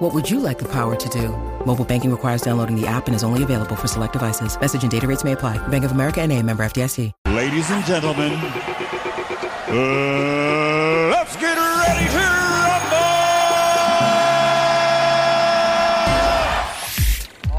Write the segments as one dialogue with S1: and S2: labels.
S1: What would you like the power to do? Mobile banking requires downloading the app and is only available for select devices. Message and data rates may apply. Bank of America and a member FDIC.
S2: Ladies and gentlemen, uh, let's get ready to rumble!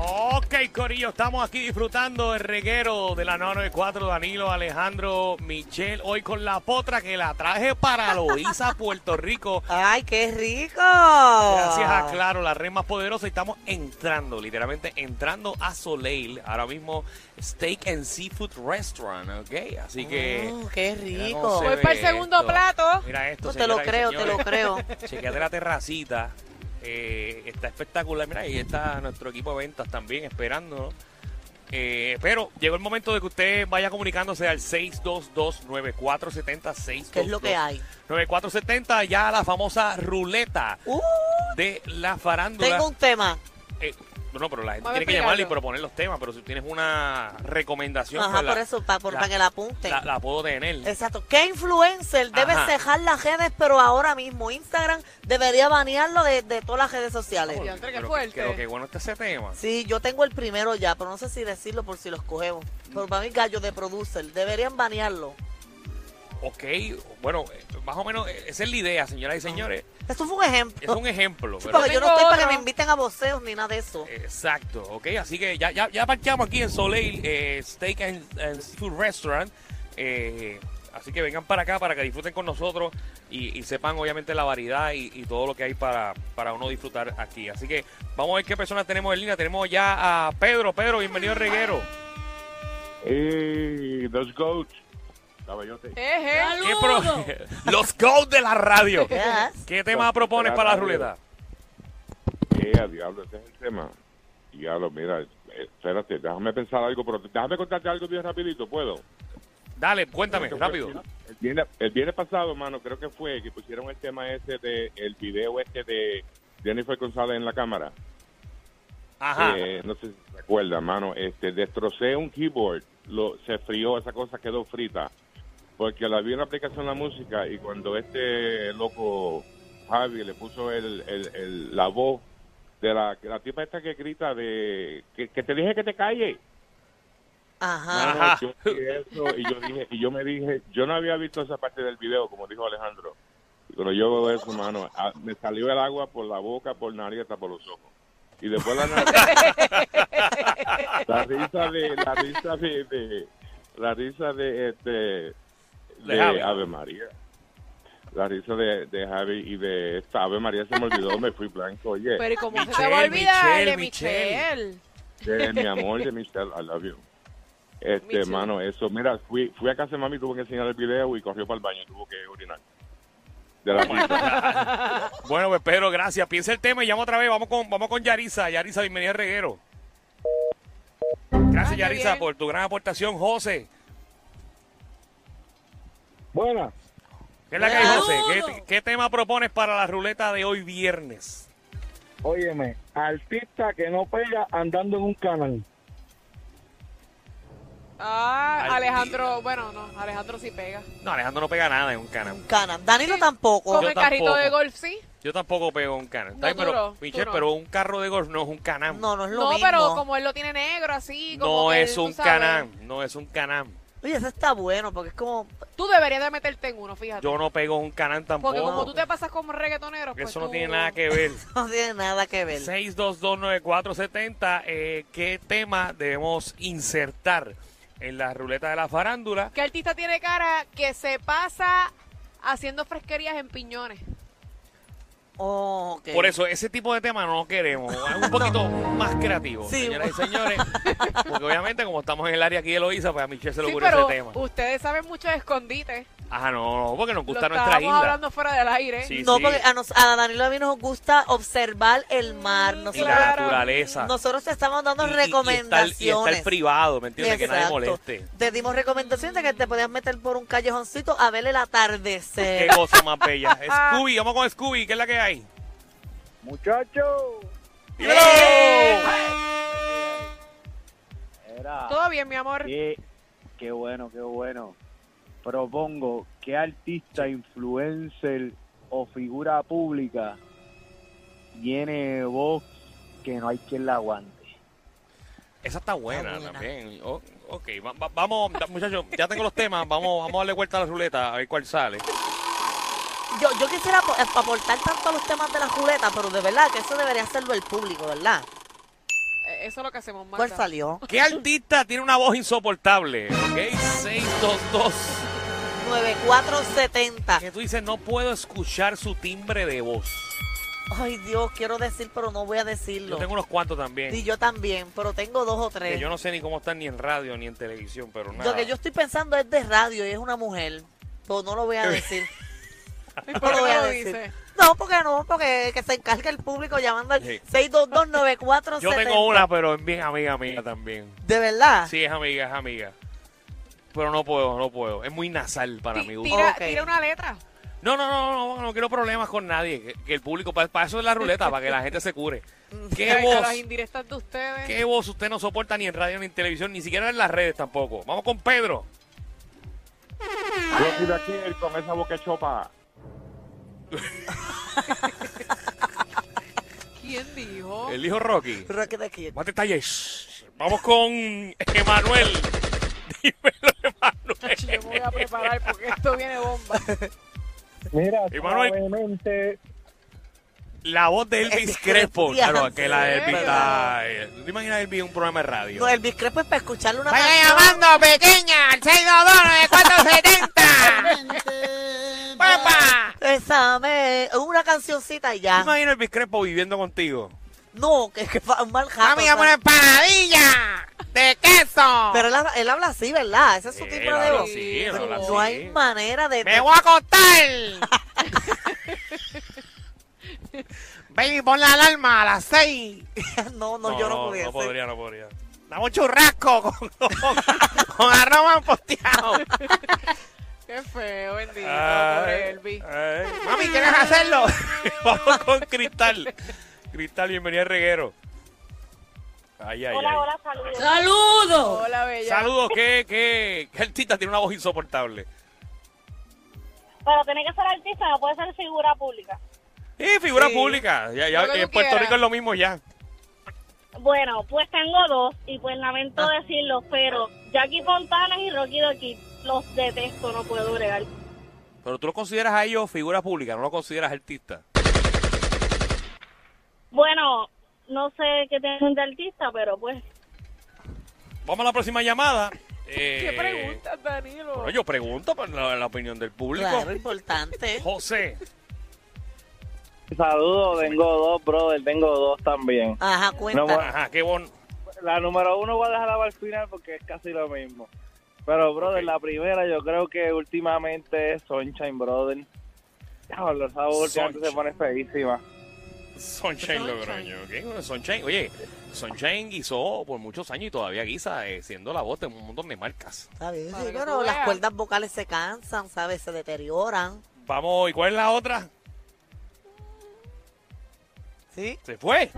S3: Ok, Corillo, estamos aquí disfrutando el reguero de la 994, Danilo, Alejandro, Michelle, hoy con la potra que la traje para Loiza, Puerto Rico.
S4: ¡Ay, qué rico!
S3: Gracias
S4: Ah.
S3: a Claro, la red más poderosa. y Estamos entrando, literalmente entrando a Soleil. Ahora mismo, Steak and Seafood Restaurant, ¿ok? Así que.
S4: Mm, ¡Qué
S3: mira
S4: rico!
S3: cómo se
S5: Voy
S3: ve
S5: para el segundo
S3: esto.
S5: plato.
S3: Mira esto.
S4: No te lo creo,
S3: señoras y
S4: te lo creo.
S3: señores. Chequeate la terracita. eh, está espectacular. Mira, ahí está nuestro equipo de ventas también esperándonos. Eh, pero llegó el momento de que usted vaya comunicándose al 622-9470. 622
S4: ¿Qué es lo que hay?
S3: 9470, ya la famosa ruleta
S4: Uh,
S3: de la farándula.
S4: tengo un tema.
S3: Eh, no, no, pero la gente
S5: Vamos a
S3: tiene que llamarle y
S5: explicarlo.
S3: proponer los temas. Pero si tienes una recomendación,
S4: Ajá,
S3: pues la-
S4: por eso, pa- por-
S3: la-
S4: para que la apunten.
S3: la, la puedo tener.
S4: Exacto. ¿Qué influencer debe
S3: Ajá.
S4: cejar las redes, pero ahora mismo Instagram debería banearlo de, de todas las redes sociales?
S5: Diantre, qué
S3: Pero que-
S5: fuerte.
S3: Pero que bueno está ese tema.
S4: Sí, yo tengo el primero ya, pero no sé si decirlo por si los cogemos. Pero para mí, gallo de producer, deberían banearlo.
S3: Ok, bueno, eh, más o menos eh, esa es la idea, señoras y señores.
S4: Esto fue un ejemplo.
S3: Es un ejemplo.
S4: Sí,
S3: pero-
S4: porque yo no
S5: Tengo
S4: estoy para que
S5: otro.
S4: me inviten a voceos ni nada de eso.
S3: Exacto, ok, así que ya, ya, ya parqueamos aquí en Soleil eh, Steak and, and Seafood Restaurant. eh, así que vengan para acá para que disfruten con nosotros y, y sepan obviamente la variedad y, y todo lo que hay para, para uno disfrutar aquí. Así que vamos a ver qué personas tenemos en línea. Tenemos ya a Pedro. Pedro, bienvenido al reguero.
S6: Hey, Eh, los goats, caballote.
S5: Eje.
S3: ¿Qué pro- Los goats de la radio.
S4: Yes.
S3: ¿Qué tema
S6: Los
S3: propones
S6: de Pues,
S3: para
S6: la
S3: la
S6: radio.
S3: ruleta?
S6: Eh, a diablo, ese es el tema. Diablo, mira, eh, espérate, déjame pensar algo, pero déjame contarte algo bien rapidito, ¿puedo?
S3: Dale, cuéntame, rápido.
S6: El viernes, el viernes pasado, mano, creo que fue que pusieron el tema ese de, el video este de Jennifer González en la cámara.
S3: Ajá.
S6: Eh, no sé si se acuerdan, mano, este, destrocé un keyboard, lo, se frió, esa cosa quedó frita, porque la vi en la aplicación la música y cuando este loco Javi le puso el, el- el- la voz de la, la tipa esta que grita de que, que te dije que te calle.
S4: Ajá.
S3: Ajá.
S6: Yo vi eso y yo dije, y yo me dije, yo no había visto esa parte del video, como dijo Alejandro. Y cuando yo veo eso, mano, a- me salió el agua por la boca, por la nariz, hasta por los ojos. Y después la nariz- la risa de, la risa de, de- la risa de este
S3: De
S6: de
S3: Javi.
S6: Ave María. La risa de, de Javi y de esta Ave María se me olvidó, me fui blanco, oye,
S5: Pero ¿y cómo se
S3: Michelle,
S5: te va a olvidar
S3: Michelle,
S5: de Michelle?
S6: de mi amor, de Michelle, I love you.
S5: Me
S6: Este,
S5: too.
S6: mano, eso, mira, fui, fui a casa de mami, tuvo que enseñar el video y corrió para el baño, tuvo que orinar. De
S5: Oh
S6: la risa.
S3: Bueno, pues Pedro, gracias. Piensa el tema y llama otra vez. Vamos con, vamos con Yarisa. Yarisa, bienvenida al reguero.
S5: Ah,
S3: Gracias,
S5: qué
S3: Yarisa,
S5: bien.
S3: por tu gran aportación, José.
S7: Buena.
S3: ¿Qué es la que hay, José?
S5: Saludos.
S3: ¿Qué, qué tema propones para la ruleta de hoy viernes?
S7: Óyeme, artista que no pega andando en un canal.
S5: Ah,
S3: Ay,
S5: Alejandro, bueno, no, Alejandro sí pega.
S3: No, Alejandro no pega nada en un canal.
S4: Cana. Danilo tampoco.
S5: Come
S3: Yo
S5: el carrito
S3: tampoco.
S5: de golf, sí.
S3: Yo tampoco pego en un canal.
S5: No, tú
S3: pero,
S5: no, tú
S3: Michelle,
S5: no.
S3: pero un carro de golf no es un canam.
S4: No, no es lo
S5: No,
S4: mismo.
S5: pero como él lo tiene negro, así. Como
S3: No
S5: que
S3: es
S5: tú
S3: un
S5: sabes.
S3: canam. No es un canam.
S4: Oye, ese está bueno porque es como.
S5: Tú deberías de meterte en uno, fíjate.
S3: Yo no pego en un canam tampoco.
S5: Porque como tú te pasas como reggaetonero, pues
S3: Eso no
S5: tú-
S3: tiene nada que ver.
S4: No tiene nada que ver.
S3: 6229470, eh, ¿qué tema debemos insertar en la ruleta de la farándula?
S5: ¿Qué artista tiene cara que se pasa haciendo fresquerías en piñones?
S4: Oh, ok.
S3: Por eso, ese tipo de tema no queremos. Es un poquito más creativo,
S4: Sí.
S3: señoras y señores. Porque obviamente, como estamos en el área aquí de Loiza, pues a Michelle se le
S5: sí,
S3: ocurre
S5: pero
S3: ese tema.
S5: ustedes saben mucho de escondite.
S3: Ah, no, porque nos gusta
S5: Lo
S3: nuestra
S5: estábamos
S3: isla.
S5: hablando fuera del aire.
S3: Sí,
S4: No, porque a, nos, a Danilo y a mí nos gusta observar el mar.
S3: y
S4: Nosotros,
S3: la
S5: Claro.
S3: naturaleza.
S4: nosotros te estamos dando
S3: Y- y- y estar-
S4: recomendaciones.
S3: Y estar, privado, ¿me entiendes? Que nadie
S4: Exacto.
S3: moleste.
S4: Te dimos recomendaciones de que te podías meter por un callejoncito a ver el
S3: Qué
S5: Eh.
S4: atardecer.
S3: cosa más bella.
S5: Ah.
S3: Scooby, vamos con Scooby, ¿qué es la que hay?
S7: Muchachos,
S5: ¡Eh!
S3: ¡Dímelo!
S8: Era,
S5: Todo bien, mi amor.
S8: qué, qué bueno, qué bueno. Propongo, ¿qué artista, influencer o figura pública tiene voz que no hay quien la aguante?
S3: Esa está buena,
S4: Está Ah, buena.
S3: también. O- ok, va- va- vamos, da- muchachos, ya tengo los temas. Vamos, vamos a darle vuelta a la ruleta a ver cuál sale.
S4: Yo, yo quisiera ap- ap- aportar tanto a los temas de la juleta, pero de verdad que eso debería hacerlo el público, ¿verdad?
S5: Eh, Eso es lo que hacemos, Marta.
S4: ¿Cuál salió?
S3: ¿Qué artista tiene una voz insoportable? Ok, 622.
S4: 9470.
S3: Que tú dices, no puedo escuchar su timbre de voz.
S4: Ay, Dios, quiero decir, pero no voy a
S3: Yo
S4: decirlo.
S3: tengo unos cuantos también.
S4: Y yo también, pero tengo dos o tres.
S3: Que yo no sé ni cómo están ni en radio ni en televisión, pero nada.
S4: Lo que yo estoy pensando es de radio y es una mujer. Pero no lo voy a decir.
S5: ¿Y
S4: no
S5: ¿Por
S4: lo
S5: qué
S4: voy a
S5: no lo
S4: decir.
S5: dice?
S4: No, porque no, porque que se encarga el público llamando al
S3: Sí.
S4: 6229470.
S3: Yo tengo una, pero es bien amiga mía también.
S4: ¿De verdad?
S3: Sí, es amiga, es amiga. Pero no puedo, no puedo. Es muy nasal para
S5: Ti-
S3: mi gusto.
S5: Tira,
S4: Ok.
S5: tira una letra.
S3: No, no, no, no, no quiero problemas con nadie. Que, que el público, para, para eso es la ruleta, para que la gente se cure. ¿Qué
S5: Para- para las
S3: voz?
S5: indirectas de ustedes.
S3: ¿Qué voz usted no soporta ni en radio ni en televisión, ni siquiera en las redes tampoco? Vamos con Pedro.
S6: Rocky Raquel con esa boca chopa.
S5: ¿Quién dijo?
S4: Oh.
S3: El hijo Rocky.
S4: Rocky the Kid.
S3: Más detalles. Vamos con Emanuel. Dímelo,
S5: Yo me voy
S3: Emanuel.
S5: a preparar porque esto viene bomba.
S7: mira,
S3: Y Manuel.
S7: suavemente,
S3: La voz de Elvis Crespo. Claro, que la de Elvis está. ¿Tú te imaginas Elvis en un programa de radio?
S4: No, el discrepo es para escucharle una
S9: Vaya
S4: canción.
S9: llamando pequeña al 622-9470. ¡Papá!
S4: Bésame, una cancioncita y
S3: ¿Te
S4: ya.
S3: imaginas Elvis Crespo viviendo contigo?
S4: No, que es un mal
S5: Ah,
S4: jato.
S9: Mami, llamo
S4: o
S9: una
S4: sea,
S9: empanadilla de queso.
S4: Pero él, habla- él habla así, ¿verdad? Ese es su
S3: Sí,
S4: tipo
S3: él
S4: de
S3: habla
S4: voz.
S3: Eh, así, él
S4: Pero
S3: habla
S4: no
S3: así.
S4: hay manera de...
S9: ¡Me voy a acostar! Baby, pon la alarma a las 6.
S4: no, no, yo no, pudiese.
S3: No podría, no podría.
S9: Dame un churrasco con, con, con arroz emposteado.
S5: Qué feo, bendito.
S3: Ay,
S5: pobre Elvis.
S3: ay.
S9: Mami, ¿quieres hacerlo?
S3: Vamos con Cristal. Cristal, bienvenida al reguero. Ay, ay, ay.
S5: Hola, bella.
S3: Saludos, ¿qué, qué, qué artista tiene una voz insoportable?
S10: Pero tiene que ser artista, no puede ser figura pública.
S3: Eh, figura
S5: Sí.
S3: pública. Ya, ya,
S5: Lo que tú
S3: en Puerto
S5: quieras.
S3: Rico es lo mismo ya.
S10: Bueno, pues tengo dos y pues lamento
S11: Ah.
S10: decirlo, pero Jackie Fontana y Rocky Doki los detesto, no puedo bregar.
S3: Pero tú los consideras a ellos figura pública, no los consideras artistas.
S10: Bueno, no sé qué tienen de artista, pero pues
S3: Vamos a la próxima llamada.
S5: ¿Qué
S3: Eh,
S5: preguntas, Danilo?
S3: bueno, yo pregunto por la, la opinión del público.
S4: Claro, importante.
S3: José.
S7: Saludos, tengo dos, brother, tengo dos también.
S4: Ajá, cuenta.
S7: No,
S3: Ajá, qué bon.
S7: La número uno voy a dejarla para el final porque es casi lo mismo. Pero, brother,
S3: Ok.
S7: la primera yo creo que últimamente es Sunshine, brother. Diablo, esa voz últimamente se pone
S3: Sunshine.
S7: feísima.
S3: Sunshine Logroño, ¿ok? Bueno, Sunshine, oye, Sunshine guisó por muchos años y todavía guisa, eh, siendo la voz de un montón de marcas.
S4: Está bien, sí,
S5: Para que
S4: pero
S5: tú
S4: las
S5: veas.
S4: cuerdas vocales se cansan, ¿sabes? Se deterioran.
S3: Vamos, ¿y cuál es la otra?
S4: ¿Sí?
S3: ¿Se fue?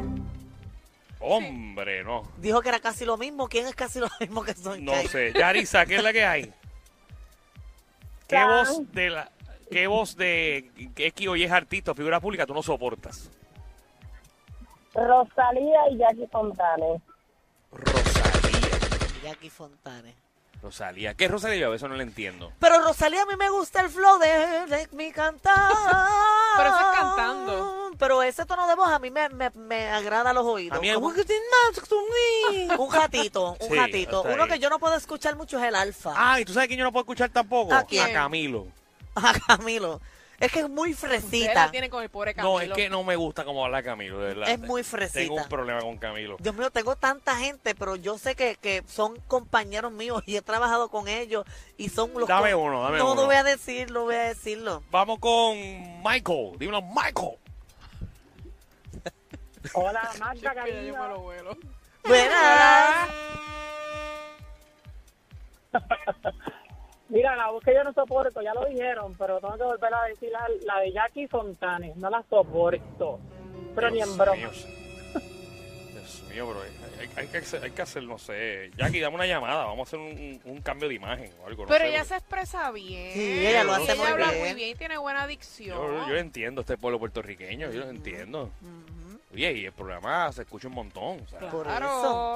S3: Hombre, no.
S4: Dijo que era casi lo mismo. ¿Quién es casi lo mismo que son?
S3: No sé. Yarisa, ¿qué es la que hay? ¿Qué
S10: Plan.
S3: voz de la... ¿Qué voz de X o Y es artista o figura pública tú no soportas?
S10: Rosalía y Jackie Fontana.
S3: Rosalía.
S4: Jackie Fontane.
S3: Rosalía. ¿Qué es Rosalía? Yo a veces no la entiendo.
S4: Pero Rosalía, a mí me gusta el flow de, de mi cantar.
S5: Pero eso es cantando.
S4: Pero ese tono de voz a mí me, me, me agrada los oídos.
S3: A mí es-
S4: Como que tiene más to me. Un gatito, un
S3: Sí,
S4: gatito.
S3: hasta
S4: Uno
S3: ahí.
S4: que yo no puedo escuchar mucho es el alfa.
S3: Ah, ¿y tú sabes quién yo no puedo escuchar tampoco?
S4: ¿A quién?
S3: Camilo.
S4: A Camilo. Es que es muy
S5: Ustedes
S4: fresita.
S5: la tienen con el pobre Camilo.
S3: No, es que no me gusta cómo habla Camilo, de verdad.
S4: Es muy fresita.
S3: Tengo un problema con Camilo.
S4: Dios mío, tengo tanta gente, pero yo sé que, que son compañeros míos y he trabajado con ellos y son los...
S3: Dame
S4: co-
S3: uno, dame
S4: no,
S3: uno.
S4: No, voy a decirlo, voy a decirlo.
S3: Vamos con Michael. Dímelo, Michael.
S11: Hola,
S5: Magda, cariño. Yo me lo vuelo.
S4: Buenas.
S11: Mira, la voz que yo no soporto, ya lo dijeron, pero tengo que volver a decir la, la de Jackie Fontanes, no la soporto. Pero ni en broma.
S3: Mío. Dios mío, bro. Hay, hay que, hacer- hay que hacer, no sé. Jackie, dame una llamada. Vamos a hacer un, un- un cambio de imagen o algo. no
S5: Pero
S3: sé,
S5: ella
S3: porque
S5: se expresa bien.
S3: Sí, ella lo
S5: Y
S3: hace muy
S5: habla
S3: bien.
S5: muy bien y tiene buena adicción.
S3: Yo, yo entiendo este pueblo puertorriqueño. Yo lo entiendo. Oye, y el programa se escucha un montón. o sea,
S4: Por
S5: Claro.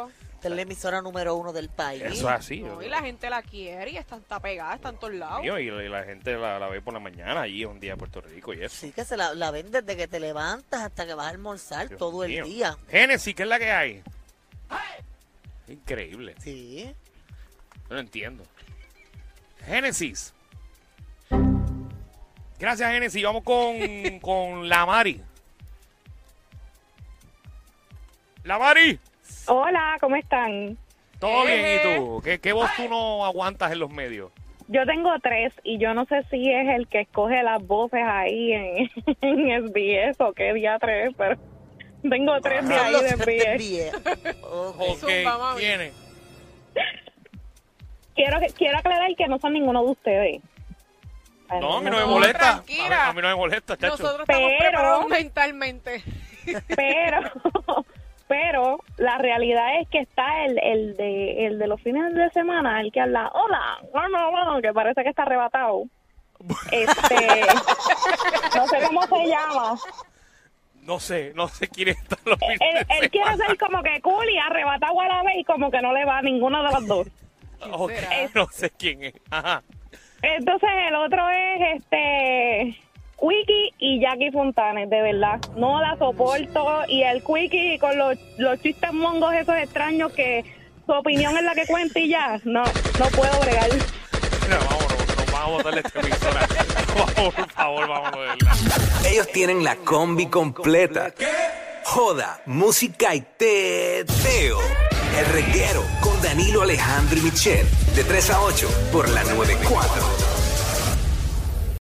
S4: eso. Esta es la emisora número uno del país.
S3: Eso es así.
S5: No,
S3: yo-
S5: y la gente la quiere y está, está pegada, está en todos lados.
S3: mío, y, la, y la gente la, la ve por la mañana allí un día en Puerto Rico y eso.
S4: Sí, que se la, la ven desde que te levantas hasta que vas a almorzar
S3: Dios
S4: todo
S3: mío.
S4: el día.
S3: Génesis, ¿qué es la que hay? Increíble.
S4: Sí.
S3: No lo entiendo. Génesis. Gracias, Génesis. Vamos con, con la Mari. La Mari.
S12: Hola, ¿cómo están?
S3: Todo bien, ¿y
S12: Eh.
S3: tú? ¿Qué, qué voz tú no aguantas en los medios?
S12: Yo tengo tres y yo no sé si es el que escoge las voces ahí en, en SBS o qué día tres, pero tengo tres de ahí de SBS.
S3: Ok, ¿quién es?
S12: Quiero, quiero aclarar que no son ninguno de ustedes.
S3: No, a mí no me molesta. A mí,
S5: tranquila.
S3: a mí no me molesta, chacho.
S5: Nosotros estamos
S12: Pero-
S5: preparados mentalmente.
S12: pero pero la realidad es que está el, el de el de los fines de semana el que habla hola no no no que parece que está arrebatado este no sé cómo se llama
S3: No sé, no sé quién está los
S5: Eh,
S12: él, él quiere ser como que cool y arrebatado a la vez y como que no le va a ninguno de los dos
S3: Ok, no sé quién es. Ajá.
S12: entonces el otro es este Quickie y Jackie Fontanes, de verdad. No la soporto. Y el Quickie con los, los chistes mongos esos extraños que su opinión es la que cuenta y ya. No, no puedo bregar.
S3: Mira, vámonos, nos vamos a botar de esta emisora. Vamos, por favor, vámonos de verdad.
S13: Ellos tienen la combi completa. Joda, música y teo. El reguero con Danilo Alejandro y Michel. De 3 a 8 por la 94.